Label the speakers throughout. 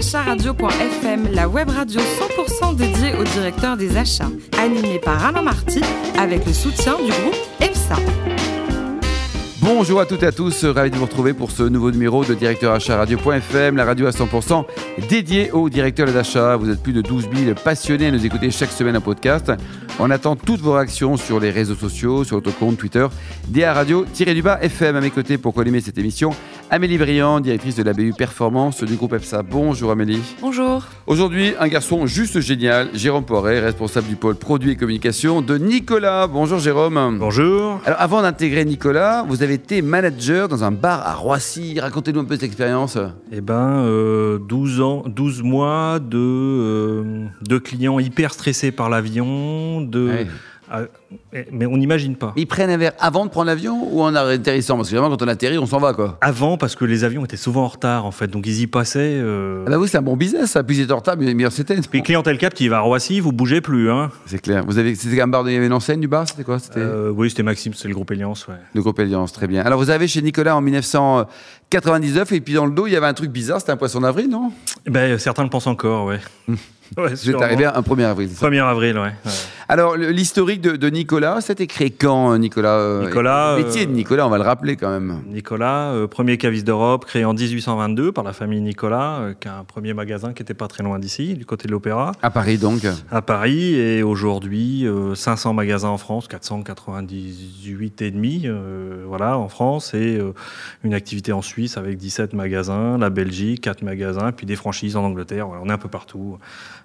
Speaker 1: charadio.fm, la web radio 100% dédiée au directeur des achats, animée par Alain Marty avec le soutien du groupe EPSA.
Speaker 2: Bonjour à toutes et à tous, ravi de vous retrouver pour ce nouveau numéro de Directeur Achat Radio.fm, la radio à 100% dédiée aux directeurs des achats. Vous êtes plus de 12 000 passionnés à nous écouter chaque semaine un podcast. On attend toutes vos réactions sur les réseaux sociaux, sur notre compte Twitter, DA Radio-du-bas FM. À mes côtés pour co-animer cette émission, Amélie Briand, directrice de la BU Performance du groupe EPSA. Bonjour Amélie.
Speaker 1: Bonjour.
Speaker 2: Aujourd'hui, un garçon juste génial, Jérôme Poiret, responsable du pôle produits et communication de Nicolas. Bonjour Jérôme.
Speaker 3: Bonjour.
Speaker 2: Alors avant d'intégrer Nicolas, vous avez été manager dans un bar à Roissy. Racontez-nous un peu cette expérience.
Speaker 3: Eh ben, euh, 12, ans, 12 mois de, euh, de clients hyper stressés par l'avion, de...
Speaker 2: Ouais.
Speaker 3: Ah, eh, mais on n'imagine pas.
Speaker 2: Ils prennent un verre avant de prendre l'avion ou en atterrissant Parce que généralement, quand on atterrit, on s'en va, quoi.
Speaker 3: Avant, parce que les avions étaient souvent en retard, en fait, donc ils y passaient... euh,
Speaker 2: Ah bah oui, c'est un bon business, ça. Plus c'est en retard, mieux mieux c'était. non
Speaker 3: Puis clientèle cap qui va à Roissy, vous bougez plus, hein
Speaker 2: C'est clair. Vous avez, c'était un bar, de- il y avait une enseigne du bar, c'était quoi C'était
Speaker 3: Euh, Oui, c'était Maxime, c'est le groupe Alliance, ouais.
Speaker 2: le groupe Alliance, très bien. Alors vous avez chez Nicolas en 1999 et puis dans le dos, il y avait un truc bizarre, c'était un poisson d'avril, non
Speaker 3: Eh Ben, certains le pensent encore, ouais. ouais
Speaker 2: Vous êtes arrivé un 1er avril. c'est ça
Speaker 3: 1er avril, ouais. ouais.
Speaker 2: Alors le- l'historique de, de Nicolas, c'était créé quand, Nicolas euh,
Speaker 3: Nicolas,
Speaker 2: Le métier de
Speaker 3: euh,
Speaker 2: Nicolas, on va le rappeler quand même.
Speaker 3: Nicolas, euh, premier caviste d'Europe, créé en 1822 par la famille Nicolas, euh, qui a un premier magasin qui n'était pas très loin d'ici, du côté de l'Opéra,
Speaker 2: À Paris donc.
Speaker 3: à Paris, et aujourd'hui euh, 500 magasins en France, 498 et demi, euh, voilà, en France, et euh, une activité en Suisse avec 17 magasins, la Belgique, 4 magasins, puis des franchises en Angleterre, voilà, on est un peu partout,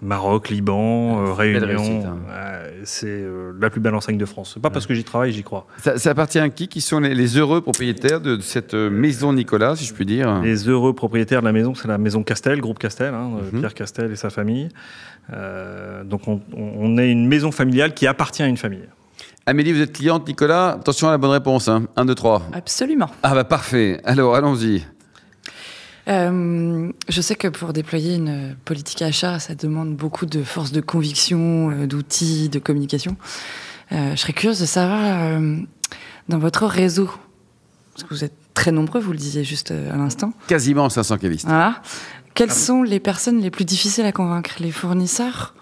Speaker 3: Maroc, Liban, euh,
Speaker 2: Ah, belle
Speaker 3: Réunion,
Speaker 2: réussite, hein.
Speaker 3: Ouais, c'est euh, la plus belle enseigne de France. C'est Pas parce que j'y travaille, j'y crois.
Speaker 2: Ça, ça appartient à qui Qui sont les, les heureux propriétaires de, de cette euh, maison Nicolas, si je puis dire
Speaker 3: Les heureux propriétaires de la maison, c'est la maison Castel, groupe Castel, hein, euh,
Speaker 2: Mhm.
Speaker 3: Pierre Castel et sa famille. Euh, donc on, on- on est une maison familiale qui appartient à une famille.
Speaker 2: Amélie, vous êtes cliente, Nicolas Attention à la bonne réponse. hein. 1, 2, 3.
Speaker 4: Absolument.
Speaker 2: Ah bah parfait. Alors allons-y.
Speaker 4: Euh, je sais que pour déployer une politique achat, ça demande beaucoup de force de conviction, euh, d'outils, de communication. Euh, je serais curieuse de savoir, euh, dans votre réseau, parce que vous êtes très nombreux, vous le disiez juste euh, à l'instant,
Speaker 2: Quasiment 500 cavistes.
Speaker 4: voilà, quelles sont les personnes les plus difficiles à convaincre Les fournisseurs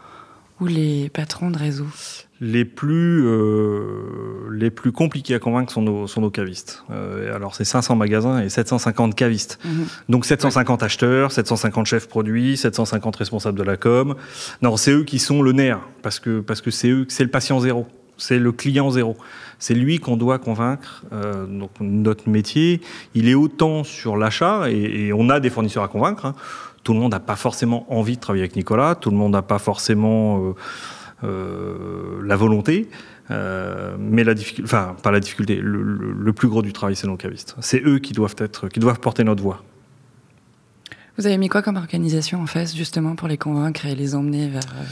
Speaker 4: ou les patrons de réseau
Speaker 3: Les plus, euh, les plus compliqués à convaincre sont nos, sont nos cavistes. Euh, alors c'est 500 magasins et 750 cavistes.
Speaker 4: Mhm.
Speaker 3: Donc 750 acheteurs, 750 chefs produits, 750 responsables de la com. Non, c'est eux qui sont le nerf parce que parce que c'est eux, c'est le patient zéro, c'est le client zéro. C'est lui qu'on doit convaincre. Euh, donc notre métier, il est autant sur l'achat et, et on a des fournisseurs à convaincre. hein. Tout le monde n'a pas forcément envie de travailler avec Nicolas. Tout le monde n'a pas forcément euh, euh, la volonté. Euh, mais la difficulté, enfin pas la difficulté, le, le- le plus gros du travail c'est nos cavistes. C'est eux qui doivent être, qui doivent porter notre voix.
Speaker 4: Vous avez mis quoi comme organisation en face, justement, pour les convaincre et les emmener vers euh,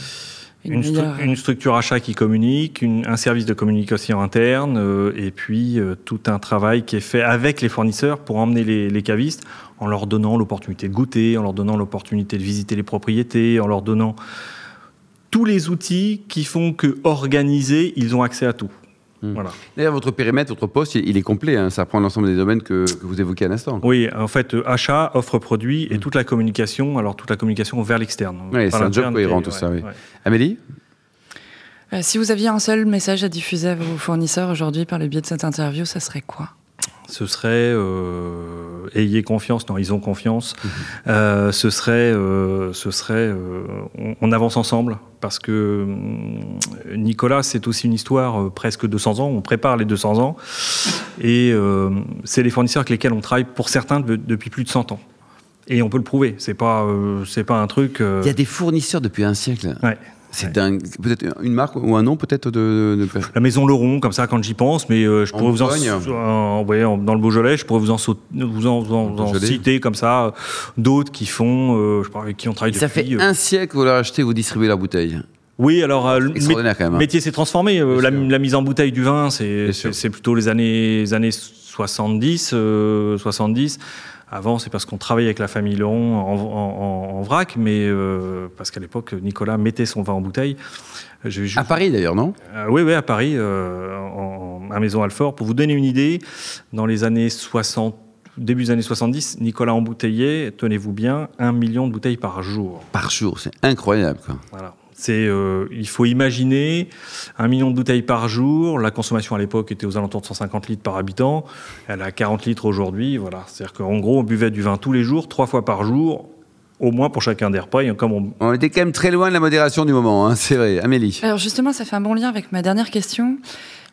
Speaker 4: une,
Speaker 3: Une, stru-
Speaker 4: meilleure... euh,
Speaker 3: une structure achat qui communique, une- un service de communication interne, euh, et puis euh, tout un travail qui est fait avec les fournisseurs pour emmener les, les cavistes en leur donnant l'opportunité de goûter, en leur donnant l'opportunité de visiter les propriétés, en leur donnant tous les outils qui font que organisés, ils ont accès à tout.
Speaker 2: Hmm.
Speaker 3: Voilà.
Speaker 2: D'ailleurs, votre périmètre, votre poste, il, il est complet. hein. Ça prend l'ensemble des domaines que, que vous évoquez à l'instant.
Speaker 3: Oui, en fait, euh, achat, offre produit et toute la communication, alors toute la communication vers l'externe.
Speaker 2: Ouais, Mm. c'est
Speaker 3: Par
Speaker 2: un job
Speaker 3: l'interne,
Speaker 2: cohérent,
Speaker 3: et-
Speaker 2: tout
Speaker 3: ouais,
Speaker 2: ça, oui.
Speaker 3: ouais.
Speaker 2: Amélie
Speaker 4: Euh, si vous aviez un seul message à diffuser à vos fournisseurs aujourd'hui par le biais de cette interview, ça serait quoi
Speaker 3: ce serait euh, ayez confiance. Non, ils ont confiance.
Speaker 2: Mm-hmm.
Speaker 3: Euh, ce serait, euh, ce serait, euh, on, on avance ensemble parce que hum, Nicolas, c'est aussi une histoire euh, presque 200 ans. On prépare les 200 ans et euh, c'est les fournisseurs avec lesquels on travaille pour certains de- depuis plus de 100 ans. Et on peut le prouver. C'est pas, euh, c'est pas un truc. euh,
Speaker 2: Il y a des fournisseurs depuis un siècle.
Speaker 3: ouais.
Speaker 2: C'est
Speaker 3: Ouais.
Speaker 2: dingue. Peut-être une marque ou un nom, peut-être de. de- de-
Speaker 3: La maison Leron, comme ça, quand j'y pense, mais euh, je
Speaker 2: En
Speaker 3: pourrais vous en,
Speaker 2: Bourgogne.
Speaker 3: en- ouais, en- dans le Beaujolais, je pourrais vous en, saut- vous en, vous en- vous en
Speaker 2: Beaujolais.
Speaker 3: citer comme ça euh, d'autres qui font, euh, je sais pas, avec qui on travaille
Speaker 2: Ça
Speaker 3: depuis.
Speaker 2: fait
Speaker 3: euh.
Speaker 2: un siècle que vous leur achetez, vous distribuez leur bouteille.
Speaker 3: Oui, alors euh, le mé-
Speaker 2: Extraordinaire quand même. hein.
Speaker 3: métier s'est transformé. euh,
Speaker 2: Bien
Speaker 3: la,
Speaker 2: sûr.
Speaker 3: la mise en bouteille du vin, c'est
Speaker 2: Bien sûr.
Speaker 3: c'est- c'est plutôt les années les années 70, euh, 70. Avant, c'est parce qu'on travaillait avec la famille Leron en, en- en- en vrac, mais euh, parce qu'à l'époque, Nicolas mettait son vin en bouteille. Je vais juste-
Speaker 2: À Paris d'ailleurs, non
Speaker 3: Euh, oui, oui, à Paris, euh, en- en- à Maison Alfort. Pour vous donner une idée, dans les années 60, début des années 70, Nicolas Embouteillé, tenez-vous bien, un million de bouteilles par jour.
Speaker 2: Par jour, c'est incroyable. Quoi.
Speaker 3: Voilà. C'est, euh, il faut imaginer un million de bouteilles par jour. La consommation à l'époque était aux alentours de 150 litres par habitant. Elle a 40 litres aujourd'hui. Voilà. C'est-à-dire qu'en gros, on buvait du vin tous les jours, trois fois par jour, au moins pour chacun des repas. Et comme on...
Speaker 2: On était quand même très loin de la modération du moment, hein, c'est vrai. Amélie.
Speaker 4: Alors justement, ça fait un bon lien avec ma dernière question.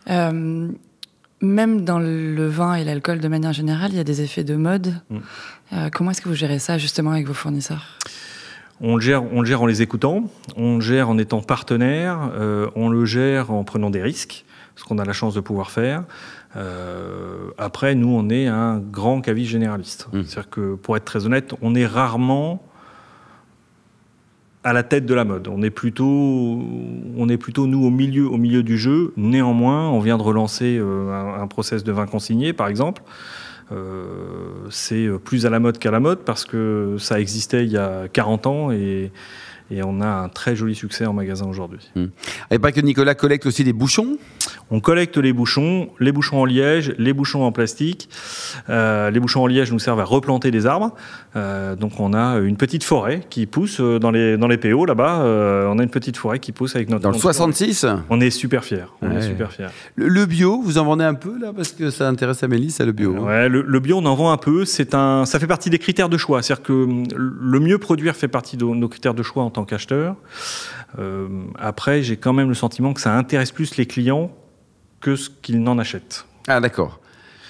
Speaker 4: Euh, même dans le vin et l'alcool de manière générale, il y a des effets de mode.
Speaker 3: Mm.
Speaker 4: Euh, comment est-ce que vous gérez ça justement avec vos fournisseurs
Speaker 3: On le, gère, on le gère en les écoutant, on le gère en étant partenaire, euh, on le gère en prenant des risques, ce qu'on a la chance de pouvoir faire. Euh, après, nous, on est un grand caviste généraliste.
Speaker 2: Mm.
Speaker 3: C'est-à-dire que, pour être très honnête, on est rarement à la tête de la mode. On est plutôt, on est plutôt nous au milieu, au milieu du jeu. Néanmoins, on vient de relancer euh, un, un process de vin consigné, par exemple. Euh, c'est euh, plus à la mode qu'à la mode parce que ça existait il y a 40 ans et, et on a un très joli succès en magasin aujourd'hui. Euh.
Speaker 2: Et pas que Nicolas collecte aussi des bouchons
Speaker 3: On collecte les bouchons, les bouchons en liège, les bouchons en plastique. Euh, les bouchons en liège nous servent à replanter des arbres. Euh, donc on a une petite forêt qui pousse euh, dans les, dans les PO là-bas. Euh, on a une petite forêt qui pousse avec notre...
Speaker 2: dans le 66.
Speaker 3: On est super fiers. On
Speaker 2: Ouais.
Speaker 3: est super fiers.
Speaker 2: Le, le bio, vous en vendez un peu là parce que ça intéresse Amélie, ça le bio. hein.
Speaker 3: Ouais, le, le bio, on en vend un peu. C'est un, ça fait partie des critères de choix. C'est-à-dire que hum, le mieux produire fait partie de nos critères de choix en tant qu'acheteur. Euh, après, j'ai quand même le sentiment que ça intéresse plus les clients que ce qu'ils n'en achètent.
Speaker 2: Ah d'accord.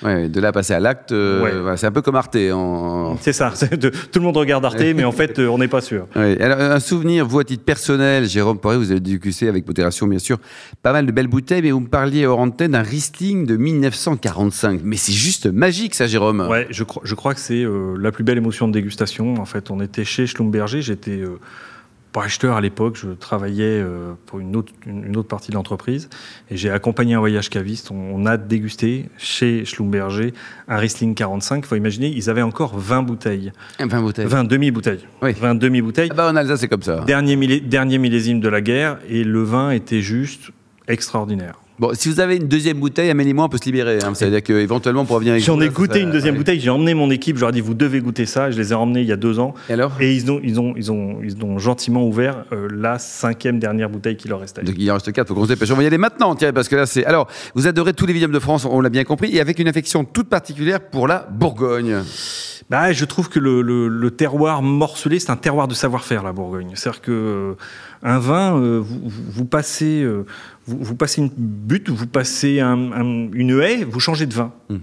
Speaker 2: Ouais, ouais, de là à passer à l'acte, euh,
Speaker 3: Ouais.
Speaker 2: voilà, c'est un peu comme Arte. en-
Speaker 3: C'est ça. c'est de- tout le monde regarde Arte, mais en fait, euh, on n'est pas sûr.
Speaker 2: Ouais, alors, un souvenir, vous à titre personnel, Jérôme Poiré, vous avez dégucé avec modération bien sûr, pas mal de belles bouteilles, mais vous me parliez hors antenne d'un Riesling de 1945. Mais c'est juste magique ça, Jérôme.
Speaker 3: Ouais, je crois, je crois que c'est euh, la plus belle émotion de dégustation. En fait, on était chez Schlumberger, j'étais euh, pas acheteur à l'époque, je travaillais euh, pour une autre, une une autre partie de l'entreprise et j'ai accompagné un voyage caviste. On, on a dégusté chez Schlumberger un Riesling 45. Il faut imaginer, ils avaient encore 20 bouteilles,
Speaker 2: Eh ben, bouteille.
Speaker 3: 20 demi-bouteilles.
Speaker 2: Oui.
Speaker 3: 20 demi-bouteilles.
Speaker 2: Ah bah, en Alsace, c'est comme ça.
Speaker 3: Dernier, millé- dernier millésime de la guerre et le vin était juste extraordinaire.
Speaker 2: Bon, si vous avez une deuxième bouteille, Amélie-moi, on peut se libérer. hein. C'est-à-dire qu'éventuellement, on pourra venir avec
Speaker 3: J'en
Speaker 2: vous,
Speaker 3: ai
Speaker 2: là, ça
Speaker 3: goûté
Speaker 2: sera-
Speaker 3: une deuxième
Speaker 2: ouais.
Speaker 3: bouteille, j'ai emmené mon équipe, je leur ai dit vous devez goûter ça, je les ai emmenés il y a deux ans.
Speaker 2: Et alors
Speaker 3: Et ils ont, ils ont, ils ont, ils ont gentiment ouvert euh, la cinquième dernière bouteille qui leur restait.
Speaker 2: Donc il en reste 4, faut qu'on se dépêche. On va y aller maintenant, tiens, parce que là c'est. Alors, vous adorez tous les vignobles de France, on l'a bien compris, et avec une affection toute particulière pour la Bourgogne.
Speaker 3: Bah, je trouve que le, le- le terroir morcelé, c'est un terroir de savoir-faire, la Bourgogne. C'est-à-dire que euh, un vin, euh, vous, vous- vous passez, euh, vous, vous passez une butte, vous passez un- un- une haie, vous changez de vin.
Speaker 2: Mm.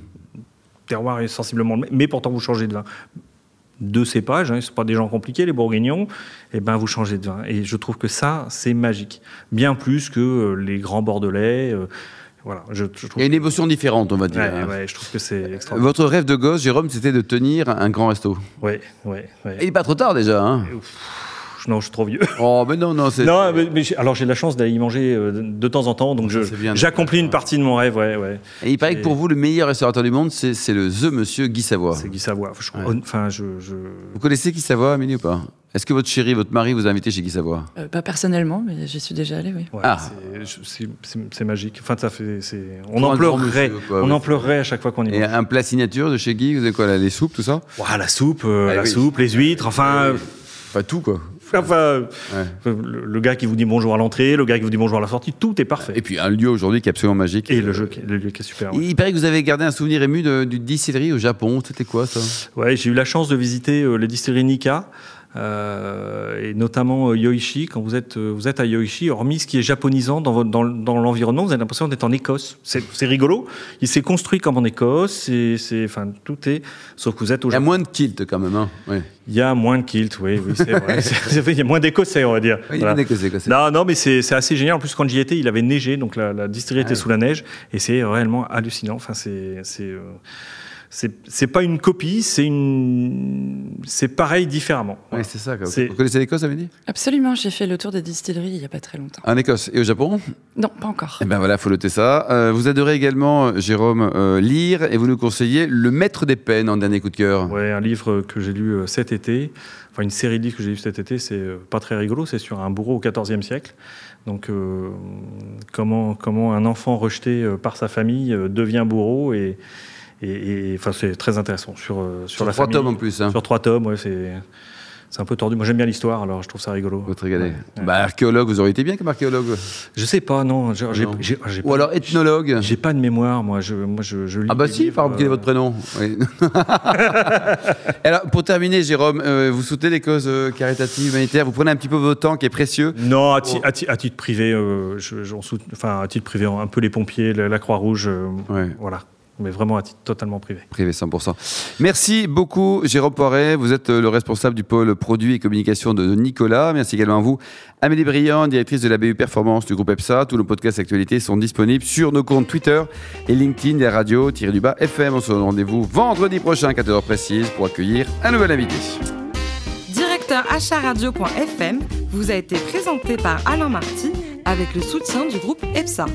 Speaker 3: Terroir est sensiblement le même, mais pourtant vous changez de vin. Deux cépages, hein, ne sont pas des gens compliqués, les Bourguignons, et ben vous changez de vin. Et je trouve que ça, c'est magique. Bien plus que euh, les grands Bordelais. euh, voilà, je, je
Speaker 2: Il
Speaker 3: trouve.
Speaker 2: y a une émotion différente, on va dire.
Speaker 3: Ouais,
Speaker 2: hein.
Speaker 3: ouais, je trouve que c'est extraordinaire.
Speaker 2: Votre rêve de gosse, Jérôme, c'était de tenir un grand resto.
Speaker 3: Ouais, ouais, ouais.
Speaker 2: Et il est pas trop tard déjà, hein
Speaker 3: Non, je suis trop vieux.
Speaker 2: Oh, mais non, non, c'est.
Speaker 3: Non, mais, mais j'ai- alors j'ai de la chance d'aller y manger euh, de- de temps en temps, donc je-
Speaker 2: c'est bien.
Speaker 3: j'accomplis une partie de mon rêve, ouais, ouais.
Speaker 2: Et il paraît que pour vous, le meilleur restaurateur du monde, c'est c'est le The Monsieur Guy Savoie.
Speaker 3: C'est Guy Savoie. Je- Enfin, je, je...
Speaker 2: Vous connaissez Guy Savoie, Amélie, ou pas Est-ce que votre chéri, votre mari vous a invité chez Guy Savoie
Speaker 4: Euh, Pas personnellement, mais j'y suis déjà allée, oui.
Speaker 3: ouais,
Speaker 2: Ah.
Speaker 3: c'est- je- c'est- c'est c'est magique. Enfin, ça fait, c'est- on
Speaker 2: Pour
Speaker 3: en
Speaker 2: un grand
Speaker 3: pleurerait,
Speaker 2: monsieur, quoi,
Speaker 3: on
Speaker 2: ouais.
Speaker 3: en pleurerait à chaque fois qu'on y
Speaker 2: Et
Speaker 3: va.
Speaker 2: un plat signature de chez Guy, vous avez quoi là, Les soupes, tout ça
Speaker 3: Ouah, la soupe, euh,
Speaker 2: Ah
Speaker 3: la
Speaker 2: oui.
Speaker 3: soupe, les huîtres, enfin,
Speaker 2: Pas tout, quoi.
Speaker 3: euh, enfin, euh,
Speaker 2: Ouais.
Speaker 3: le, le gars qui vous dit bonjour à l'entrée, le gars qui vous dit bonjour à la sortie, tout est parfait.
Speaker 2: Et puis un lieu aujourd'hui qui est absolument magique.
Speaker 3: Et, le jeu, qui- le lieu qui est super. ouais.
Speaker 2: Il paraît que vous avez gardé un souvenir ému de- d'une distillerie au Japon. C'était quoi ça
Speaker 3: Ouais, j'ai eu la chance de visiter euh, les distilleries Nika, euh, et notamment euh, Yoichi. Quand vous êtes, euh, vous êtes à Yoichi, hormis ce qui est japonisant dans, votre- dans, dans l'environnement, vous avez l'impression d'être en Écosse. C'est, c'est rigolo. Il s'est construit comme en Écosse. C'est, c'est, enfin, tout est. Sauf que vous êtes au
Speaker 2: Il y a
Speaker 3: Japon.
Speaker 2: moins de kilt quand même. Hein. Ouais.
Speaker 3: Il y a moins de kilt, oui, oui, c'est vrai. C'est- c'est vrai, Il y a moins d'Écossais, on va dire.
Speaker 2: Il y
Speaker 3: Voilà.
Speaker 2: en a que c'est que c'est.
Speaker 3: Non, non, mais c'est c'est assez génial. En plus, quand j'y étais, il avait neigé, donc la, la distillerie
Speaker 2: Ah
Speaker 3: était sous la neige, et c'est réellement hallucinant. Enfin, c'est c'est euh, c'est c'est pas une copie, c'est une c'est pareil différemment.
Speaker 2: Ouais,
Speaker 3: Voilà.
Speaker 2: c'est ça. quoi.
Speaker 3: C'est-
Speaker 2: Vous connaissez l'Écosse, Amélie
Speaker 4: Absolument, j'ai fait le tour des distilleries il n'y a pas très longtemps.
Speaker 2: En Écosse et au Japon
Speaker 4: Non, pas encore.
Speaker 2: Eh ben voilà, faut noter ça. Euh, vous adorez également, euh, Jérôme, euh, lire et vous nous conseillez Le Maître des Peines en dernier coup de cœur.
Speaker 3: Ouais, un livre que j'ai lu euh, cet été, enfin une série de livres que j'ai lu cet été, c'est euh, pas très rigolo, c'est sur un bourreau au XIVe siècle. Donc, euh, comment, comment un enfant rejeté euh, par sa famille euh, devient bourreau et, Et, et- enfin, c'est très intéressant sur, euh, sur,
Speaker 2: Sur
Speaker 3: la
Speaker 2: trois
Speaker 3: famille.
Speaker 2: tomes en plus, hein.
Speaker 3: Sur trois tomes, ouais, c'est c'est un peu tordu. Moi, j'aime bien l'histoire, alors je trouve ça rigolo.
Speaker 2: Vous te régalez.
Speaker 3: Ouais.
Speaker 2: Bah, archéologue, vous auriez été bien comme archéologue.
Speaker 3: Je sais pas, non. j'ai- j'ai-
Speaker 2: Non.
Speaker 3: j'ai- j'ai
Speaker 2: Ou
Speaker 3: pas-
Speaker 2: alors ethnologue.
Speaker 3: J'ai pas de mémoire, moi. Je, moi, je, je lis
Speaker 2: Ah bah
Speaker 3: des
Speaker 2: si,
Speaker 3: livres, euh,
Speaker 2: par exemple, quel est votre prénom Oui. Alors, pour terminer, Jérôme, euh, vous soutenez des causes euh, caritatives, humanitaires, vous prenez un petit peu votre temps qui est précieux.
Speaker 3: Non, à, ti- à ti- à titre privé, euh, je- j'en sout- enfin à titre privé, un peu les pompiers, la, la Croix-Rouge, euh,
Speaker 2: Ouais.
Speaker 3: voilà. Mais vraiment à titre totalement privé.
Speaker 2: Privé 100%. Merci beaucoup, Jérôme Poiret. Vous êtes euh, le responsable du pôle produits et communication de Nicolas. Merci également à vous. Amélie Briand, directrice de la BU Performance du groupe EPSA. Tous nos podcasts actualités sont disponibles sur nos comptes Twitter et LinkedIn des radios du bas FM. On se donne rendez-vous vendredi prochain à 14h précise pour accueillir un nouvel invité.
Speaker 1: Directeur acharadio.fm vous a été présenté par Alain Marty avec le soutien du groupe EPSA.